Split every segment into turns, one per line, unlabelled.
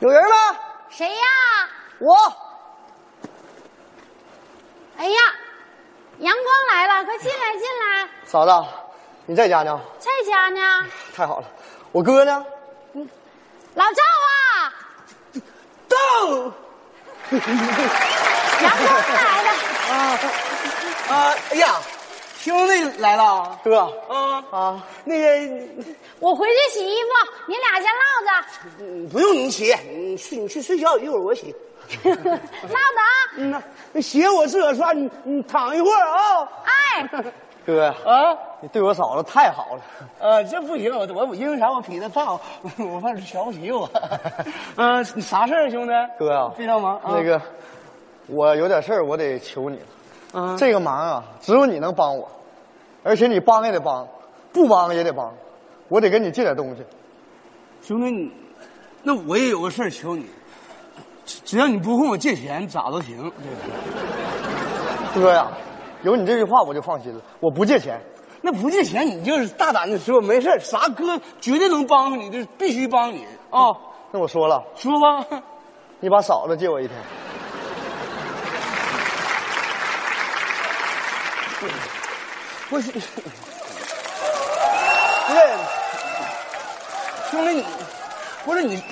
有人吗？
谁呀？
我，
哎呀，阳光来了，快进来进来，
嫂子，你在家呢？
在家呢。
太好了，我哥呢？
老赵啊，
到。
阳光来了，
啊，哎呀，兄弟来了
哥
啊！
啊，
那个
我回去洗衣服，你俩先唠着，
嗯不用你洗，你去你去睡觉，一会儿我洗。
唠着啊。
嗯呐，鞋我自个儿穿，你你躺一会儿啊。
哎，
哥呀，
啊
你对我嫂子太好了。
呃，这不行，我我我因为啥我脾气大，我 我怕是瞧不起我。 嗯、啥事儿，兄弟？
哥呀，
非常忙啊。
那个，我有点事儿，我得求你了。
啊，
这个忙啊，只有你能帮我，而且你帮也得帮，不帮也得帮，我得跟你借点东西。
兄弟，你那我也有个事儿求你，只只要你不问我借钱，咋都行。
哥呀，有你这句话我就放心了，我不借钱。
那不借钱，你就是大胆的说没事儿啥哥绝对能帮你，就是必须帮你啊、
那我说了，
说吧，
你把嫂子借我一天。
我是，不是，兄弟你，不是你，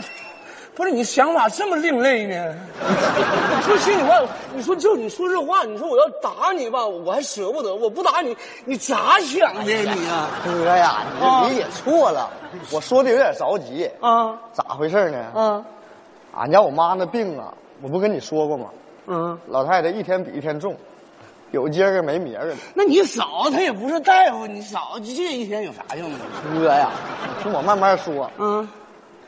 不是你想法这么另类呢？ 我说心里话，你说就你说这话，你说我要打你吧，我还舍不得，我不打你，你咋想的你啊？
哥呀，你
啊
这理解错了，我说的有点着急，
啊
咋回事呢？
啊
俺、家我妈那病啊，我不跟你说过吗？
嗯，
老太太一天比一天重，有今儿个没明儿个的。
那你嫂她也不是大夫，你嫂子这一天有啥用啊？
哥呀，听我慢慢说。
嗯，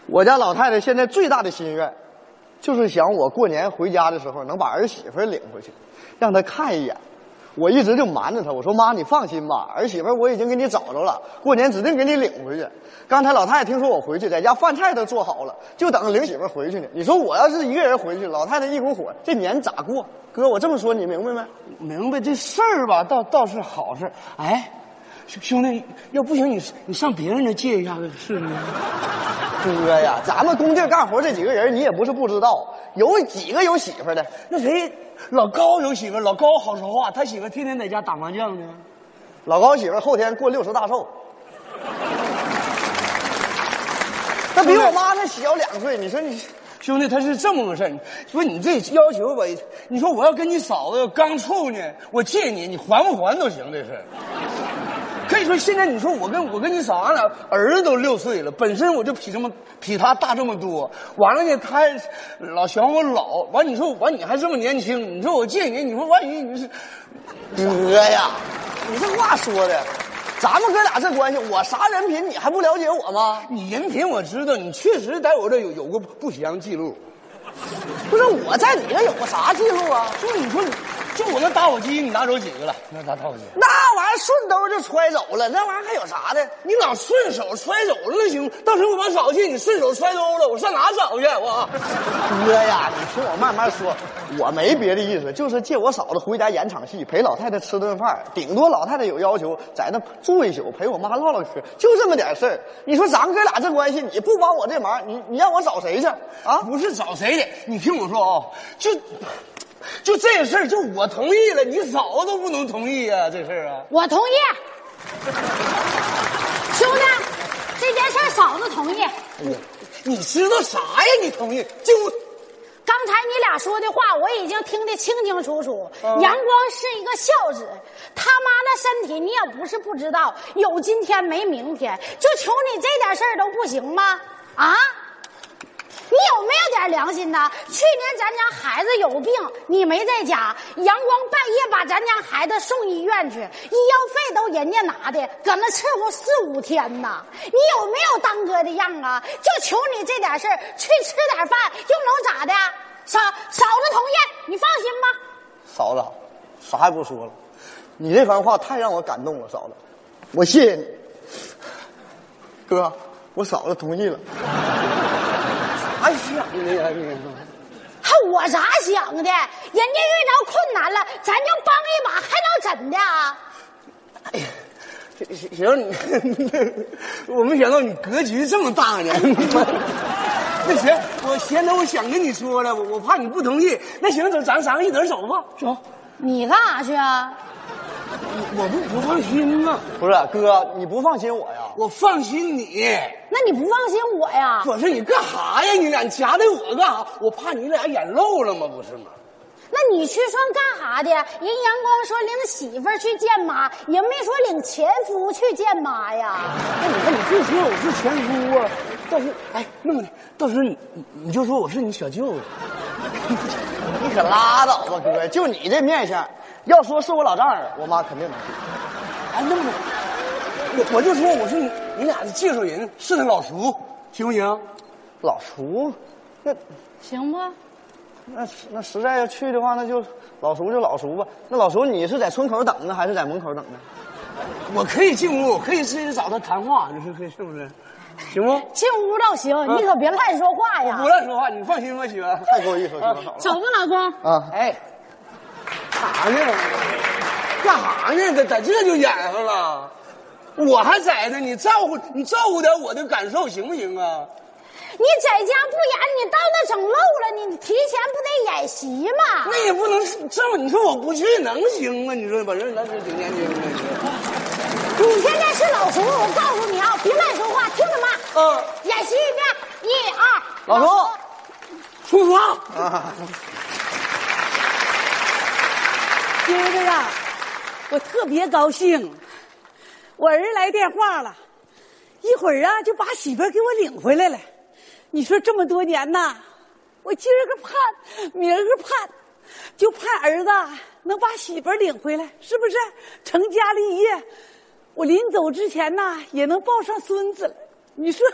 我家老太太现在最大的心愿，就是想我过年回家的时候能把儿媳妇领回去，让她看一眼。我一直就瞒着她，我说妈，你放心吧，儿媳妇我已经给你找着了，过年指定给你领回去。刚才老太太听说我回去，在家饭菜都做好了，就等着领媳妇回去呢。你说我要是一个人回去，老太太一股火，这年咋过？哥，我这么说你明白没？
明白这事儿吧，倒倒是好事。哎，兄兄弟，要不行你你上别人那借一下子试试。
哥呀，咱们工地干活这几个人你也不是不知道，有几个有媳妇的？
那谁，老高有媳妇儿，老高好说话，他媳妇儿天天在家打麻将呢。
老高媳妇儿后天过六十大寿，那比我妈才小两岁。你说你
兄弟，他是这么个事儿，说你这要求吧，你说我要跟你嫂子刚处呢，我借你，你还不还都行，这事儿。可以说现在你说我跟我跟你嫂，俺俩儿子都六岁了，本身我就比这么比他大这么多，完了呢，他还老嫌我老，完你说完你还这么年轻，你说我借你，你说万一你是，
哥哎呀，你这话说的，咱们哥俩这关系，我啥人品你还不了解我吗？
你人品我知道，你确实在我这有有过不祥记录。
不是我在你这有个啥记录啊？
就你说你，就我那打火机，你拿走几个了？那打打火机，
那玩意儿顺兜就揣走了，那玩意儿还有啥的？
你老顺手揣走了那行？当时我把手机你顺手揣兜了，我上哪找去？啊我
哥呀，你听我慢慢说，我没别的意思，就是借我嫂子回家演场戏，陪老太太吃顿饭，顶多老太太有要求，在那住一宿，陪我妈唠唠嗑，就这么点事儿。你说咱哥俩这关系，你不帮我这忙，你你让我找谁去啊？
不是找谁去？你听我说啊、就就这事儿，就我同意了，你嫂子都不能同意啊，这事儿啊。
我同意。兄弟，这件事儿嫂子同意。
你知道啥呀？你同意进屋。
刚才你俩说的话，我已经听得清清楚楚。
嗯
阳光是一个孝子，他妈那身体你也不是不知道，有今天没明天，就求你这点事儿都不行吗？啊？你有没有点良心呐？去年咱家孩子有病，你没在家，阳光半夜把咱家孩子送医院去，医药费都人家拿的，搁那伺候四五天呐。你有没有当哥的样啊？就求你这点事儿，去吃点饭又能咋的？嫂嫂子同意，你放心吧。
嫂子，啥也不说了，你这番话太让我感动了，嫂子，我谢谢你。哥，我嫂子同意了。
哎呀，你呀你呀，
还我咋想的？人家遇着困难了，咱就帮一把，还能怎的啊？
行 行，你我没想到你格局这么大呢。 那行，我闲着我想跟你说了，我我怕你不同意。那行，走，咱三个一起走吧，走。
你干啥去啊？
我我不不放心啊呐，
不是啊哥，你不放心我呀？
我放心你。
那你不放心我呀？
可是你干啥呀？你俩夹带我干啥？我怕你俩眼漏了吗？不是吗？
那你去算干啥的？人阳光说领媳妇儿去见妈，也没说领前夫去见妈呀。
那哎你看你就说我是前夫啊，到时候哎弄的，到时候你你你就说我是你小舅子。
你可拉倒吧，哥，就你这面相，要说是我老丈人，我妈肯定能信。
哎，弄的，我我就说我是你你俩的介绍人，是他老叔，行不行？
老叔，那
行不？
那那实在要去的话，那就老叔就老叔吧。那老叔，你是在村口等呢，还是在门口等呢？
我可以进屋，我可以自己找他谈话，你说可以是不是？行不？
进屋倒行，你可别乱说话呀。
不乱说话，你放心吧，媳妇 儿。
太够意思了，好
走吧，老公。
啊！
哎，干啥呢？干啥呢？在在这就演上了，我还在呢，你照顾你照顾点我的感受行不行啊？
你在家不演，你到那整漏了，你提前不得演习吗？
那也不能是这么，你说我不去能行吗？你说把人那是挺年轻的，
你现在是老叔，我告诉你啊，别乱说话，听着妈。
嗯
演习一遍，一二。
老叔
出床。
啊，
今儿个呀，我特别高兴，我儿来电话了，一会儿啊就把媳妇儿给我领回来了。你说这么多年呐，我今儿个盼，明儿个盼，就盼儿子能把媳妇儿领回来，是不是？成家立业，我临走之前呐也能抱上孙子了。你说，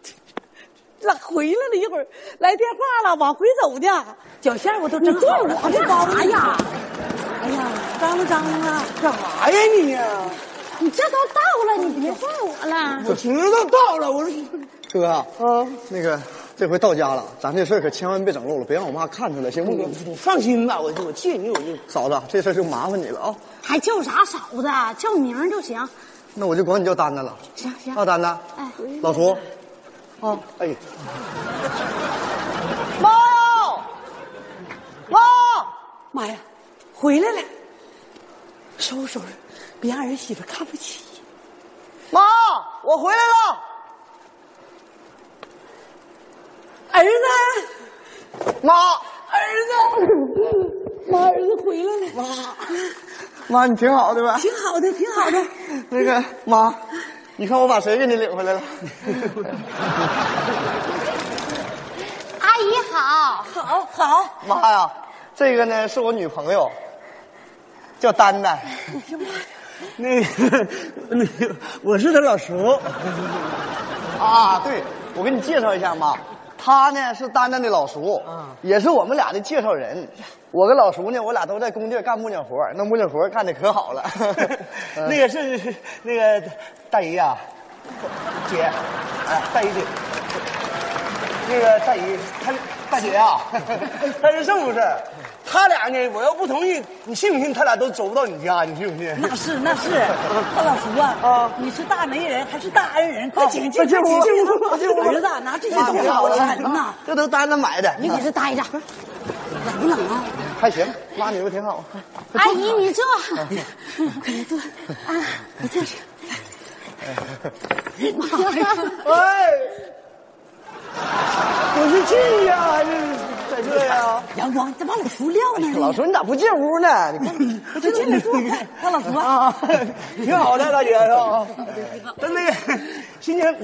咋回来了一会儿来电话了，往回走呢，脚下我都
你
正
对
好了
我干啥呀？
哎呀，张了张啊！哎
干啥呀你呀、
你这都到了，你别怪我了。
我知道到了，我说
哥啊，那个这回到家了，咱这事儿可千万别整漏了，别让我妈看出来，行不哥？
你放心吧，我我借你我就
嫂子，这事儿就麻烦你了啊。
还叫啥嫂子？啊叫名儿就行。
那我就管你叫丹丹了。
行行
啊，丹丹，
哎
老叔，啊，哎，
妈哟，妈！
妈呀，回来了！收拾收拾，别让儿媳妇看不起。
妈，我回来了。
儿子，
妈，
儿 子，妈，儿子回来了。妈，
妈，你挺好的呗？
挺好的，挺好的。
那个妈，你看我把谁给你领回来了？
阿姨好，
好，好。
妈呀，这个呢是我女朋友，叫丹丹。
那个那个我是他老叔。
啊，对，我给你介绍一下妈，她呢是丹丹的老叔，
嗯
也是我们俩的介绍人。我跟老叔呢，我俩都在工地干木匠活儿那木匠活儿干的可好了。
那个是那个大姨呀、姐，哎，大姨姐，那个大姨，她大姐啊， 她是这么回事儿他俩呢，我要不同意，你信不信？他俩都走不到你家，你信不信？
那是那是，大老叔啊，
哦
啊
你是大媒人还是大恩人？快请进，
快进屋
快进
快进屋
儿子，拿这些东西好沉呐，
这都丹丹买的，
你搁这待着。
冷不冷啊？
还行，妈你们挺好。
阿姨，你坐。
快来坐，
啊，
你坐着。
哎，我是去呀，这在这呀。
阳光，这把老叔撂那儿
哎
老
了。
叔你咋不进屋呢？你看
快 进来坐，快大老叔啊。
啊，挺好的，大姐是吧？但那个新年，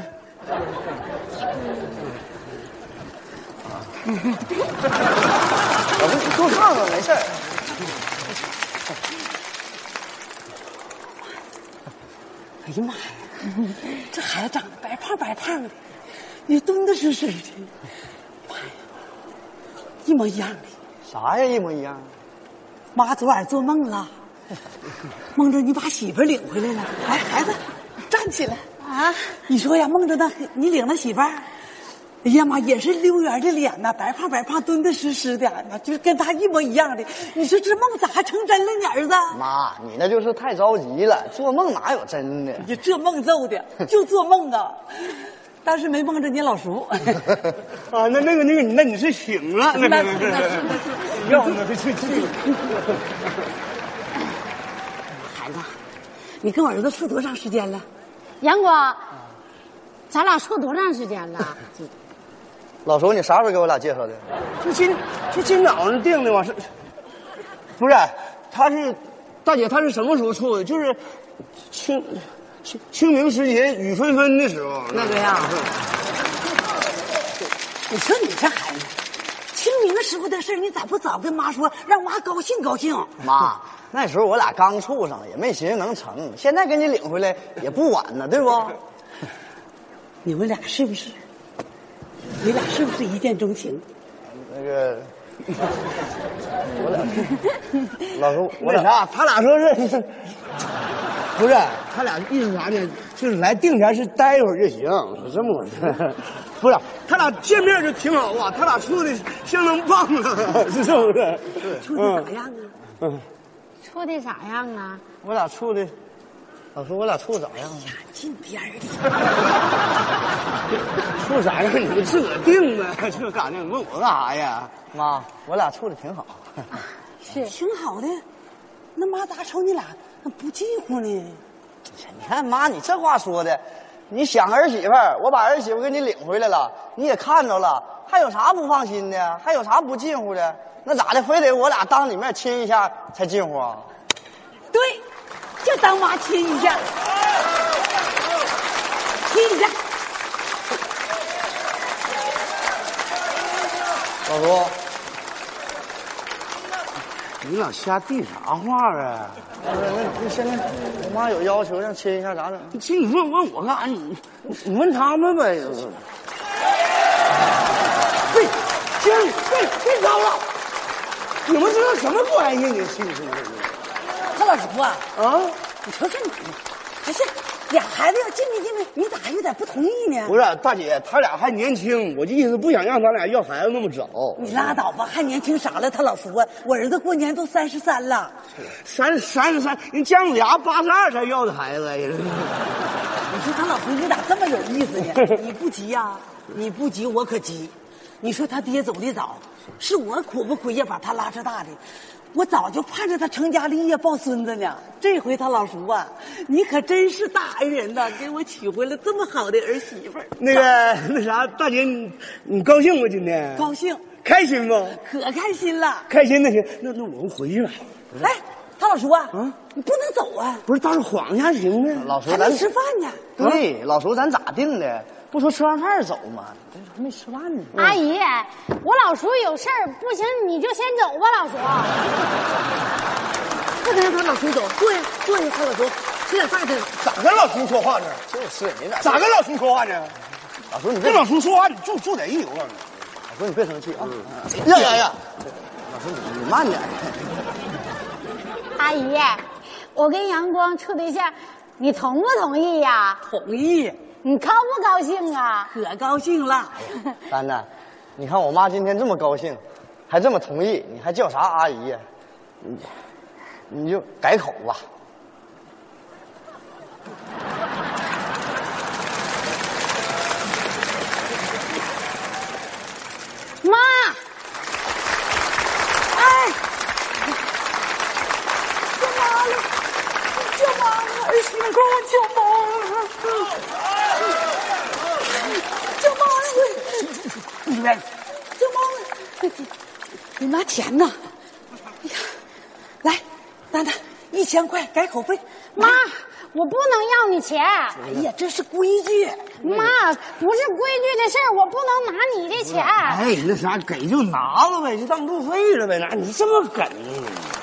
老叔你坐炕上没事儿。
哎呀妈呀，这孩子长得白胖白胖的，你墩墩实实的，妈呀，一模一样的。
啥呀？一模一样。
妈昨晚做梦了，梦着你把媳妇儿领回来了。哎，孩子，站起来啊！你说呀，梦着那你领那媳妇儿，哎呀妈，也是溜圆的脸呐、白胖白胖，墩墩实实的，那就是跟他一模一样的。你说这梦咋还成真了呢，儿子？
妈，你那就是太着急了，做梦哪有真的？
你这梦揍的，就做梦啊！当时没蒙着你老 叔。
啊，那那个那个，那你是醒了，那
那
个
是
是
那是那
是，要那是去去。
孩子，你跟我儿子处多长时间了？
杨哥，咱俩处多长时间了？
老叔，你啥时候给我俩介绍的？
就今就今早上定的嘛是，不是？他是大姐，他是什么时候处的？就是清清清明时节雨纷纷的时候。
那个呀，嗯你说你这孩子，清明时候的事儿你咋不早跟妈说，让妈高兴高兴？
妈，那时候我俩刚处上，也没寻思能成，现在给你领回来也不晚呢，对不？
你们俩是不是？你俩是不是一见钟情？
那个， 我俩，老叔，我
那
俩
啥，他俩说是，不是？他俩意思啥呢？就是来定前是待一会儿就行，是这么回事。不是，他俩见面就挺好啊，他俩处的相当棒啊，是这么回事。
处的咋样啊？
处的咋样啊？
我俩处的，老叔，我俩处咋样啊？
近点儿的，
处啥样？ 你自个儿定呗，这咋的？你问我干啥呀？
妈，我俩处的挺好。
是
挺好的。那妈咋瞅你俩不近乎呢？
你看妈，你这话说的，你想儿媳妇儿，我把儿媳妇给你领回来了，你也看着了，还有啥不放心的？还有啥不近乎的？那咋的？非得我俩当你面亲一下才近乎啊？
对，就当妈亲一下，亲一下。
老叔，
你老瞎递啥话啊？
那那现在我妈有要求让亲一下，咋整？
你这你问问我干啥？你你问他们呗。对，行，别别吵了。你们这都什么关系？你信不信？
他老叔啊，
啊？
你瞅这你，不是俩孩子要近没近没，你咋有点不同意呢？
不是，大姐，他俩还年轻，我这意思不想让他俩要孩子那么早。
你拉倒吧，还年轻啥了？他老叔啊，我儿子过年都三十三了，
三三十三，人姜子牙八十二才要的孩子，哎
你说他老叔你咋这么有意 思呢？你不急呀、你不急，我可急。你说他爹走的早，是我苦不苦也把他拉扯大的，我早就盼着他成家立业抱孙子呢。这回他老叔啊，你可真是大恩人呐，给我娶回来这么好的儿媳妇儿，
那个那啥，大姐，你你高兴不？今天
高兴
开心不？
可开心了。
开心那行，那那我们回去吧。
哎，他老叔啊，
啊
你不能走啊，
不是，到时候晃一下行呗。
嗯老叔，
还
咱
没吃饭呢。
对，老叔，咱咋定的？不说吃完饭走吗？这还没吃饭呢。
阿姨，我老叔有事儿，不行你就先走吧，老叔。
不能让他老叔走，坐下，坐下，他老叔，吃点大的。
咋跟老叔说话呢？
就是你咋
咋跟老叔说话呢？
老叔，你别
跟老叔说话，你住住贼牛啊！
老叔，你别生气
嗯
啊！呀呀呀！老叔，你你慢点。
阿姨，我跟阳光处对象，你同不同意呀、
同意，
你高不高兴啊？
可高兴了。
丹丹，你看我妈今天这么高兴，还这么同意，你还叫啥阿姨呀？你你就改口吧。
妈，
哎，叫妈了，叫妈了，儿媳妇给我叫妈了，叫妈了，
你们
叫妈了。你拿钱呢？哎呀，来，丹丹，一千块改口费。
妈，我不能要你钱。
哎呀，这是规矩。
妈，不是规矩的事儿，我不能拿你的钱。
哎，那啥，给就拿了呗，就当路费了呗。那你这么梗，啊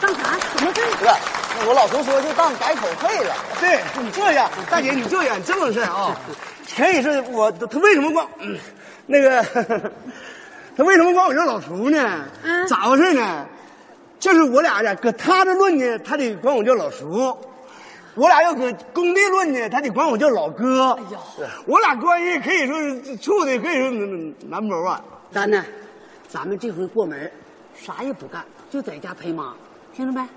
干啥？怎么这？
不是，那我老叔说就当改口费了。
对你这样，大姐，你这样这么事儿啊？可以是我他为什么管、嗯那个？ 呵呵他为什么管我叫老叔呢？
嗯
咋回事呢？就是我俩呀，搁他这论呢，他得管我叫老叔；我俩要搁工地论呢，他得管我叫老哥。哎
呦
我俩关系可以说是处的可以说嗯男不啊。
丹丹，咱们这回过门儿，啥也不干，就在家陪妈，听着没？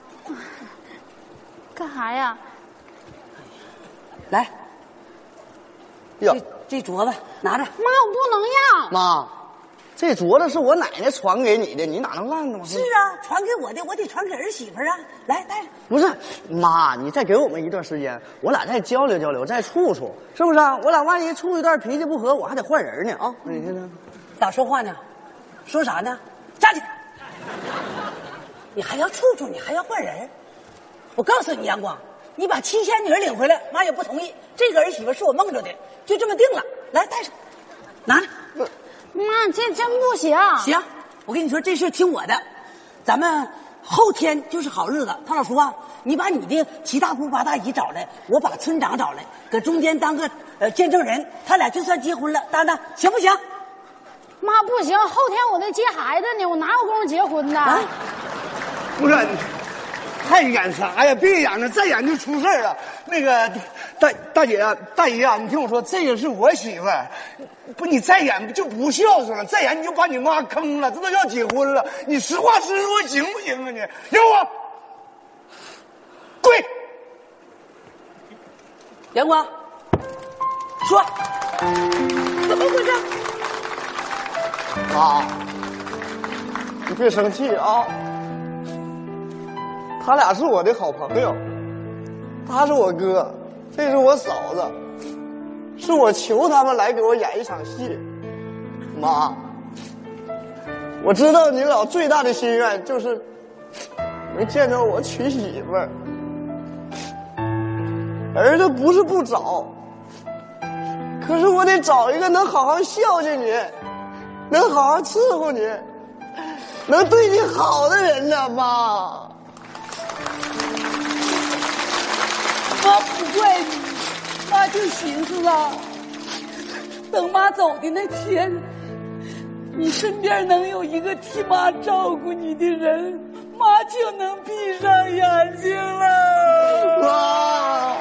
干啥呀？
来，
哟
这，这镯子拿
妈，
着，
我不能要。
妈，这镯子是我奶奶传给你的，你哪能烂呢？
是啊，传给我的，我得传给儿媳妇儿啊。来，戴上。
不是，妈，你再给我们一段时间，我俩再交流交流，再处处，是不是、啊？我俩万一处一段脾气不合，我还得换人呢啊！你看呢？
咋说话呢？说啥呢？站起来！你还要处处，你还要换人。我告诉你，阳光，你把七仙女领回来，妈也不同意。这个儿媳妇是我梦着的，就这么定了。来，戴上，拿着。
妈，这真不行。
行，我跟你说，这事听我的，咱们后天就是好日子。唐老叔啊，你把你的七大姑八大姨找来，我把村长找来，搁中间当个呃见证人，他俩就算结婚了，搭档行不行？
妈不行，后天我得接孩子呢，我哪有功夫结婚呢？
啊
不是，还演啥哎呀？别演了，再演就出事儿了。那个大大姐啊、大姨啊，你听我说，这个是我媳妇儿，不，你再演就不孝顺了，再演你就把你妈坑了，这都要结婚了，你实话实说行不行啊你？你让我跪，
阳光，说怎么回事？
妈，啊你别生气啊。他俩是我的好朋友，他是我哥，这是我嫂子，是我求他们来给我演一场戏。妈，我知道你老最大的心愿就是能见着我娶媳妇儿，儿子不是不找，可是我得找一个能好好孝敬你。能好好伺候你，能对你好的人呢，妈。
妈不怪你，妈就寻思啊，等妈走的那天，你身边能有一个替妈照顾你的人，妈就能闭上眼睛了。
妈，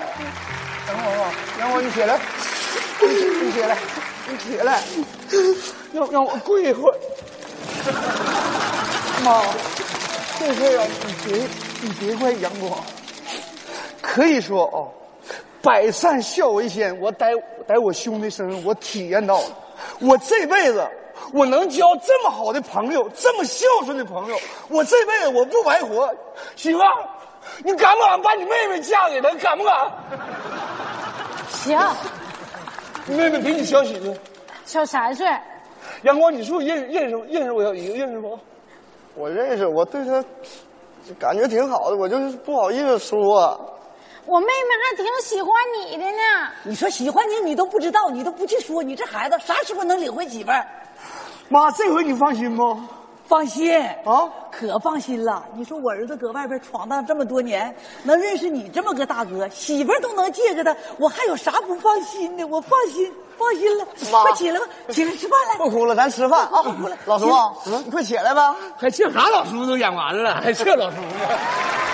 等会儿啊，让我你起来，你起来，你起来，
让让我跪一会儿。妈，这事啊，你别你别怪阳光。
可以说啊、百善孝为先。我在在我兄弟身上，我体验到了，我这辈子我能交这么好的朋友，这么孝顺的朋友，我这辈子我不白活。媳妇儿，你敢不敢把你妹妹嫁给他？敢不敢？
行，
你妹妹比你小几岁？
小三岁，
阳光，你是不是认认识认识我小姨？认识不？
我认识，我对他感觉挺好的，我就是不好意思说。
我妹妹还挺喜欢你的呢。
你说喜欢你，你都不知道，你都不去说，你这孩子啥时候能领回媳妇儿？
妈，这回你放心不？
放心
啊，
哦可放心了。你说我儿子搁外边闯荡这么多年，能认识你这么个大哥，媳妇儿都能借给他，我还有啥不放心的？我放心，放心了。
妈
快起来吧，起来吃饭来。
不哭了，咱吃饭啊！
不哭了
嗯
老叔啊，你快起来吧。
还这啥老叔都演完了，还这老叔呢？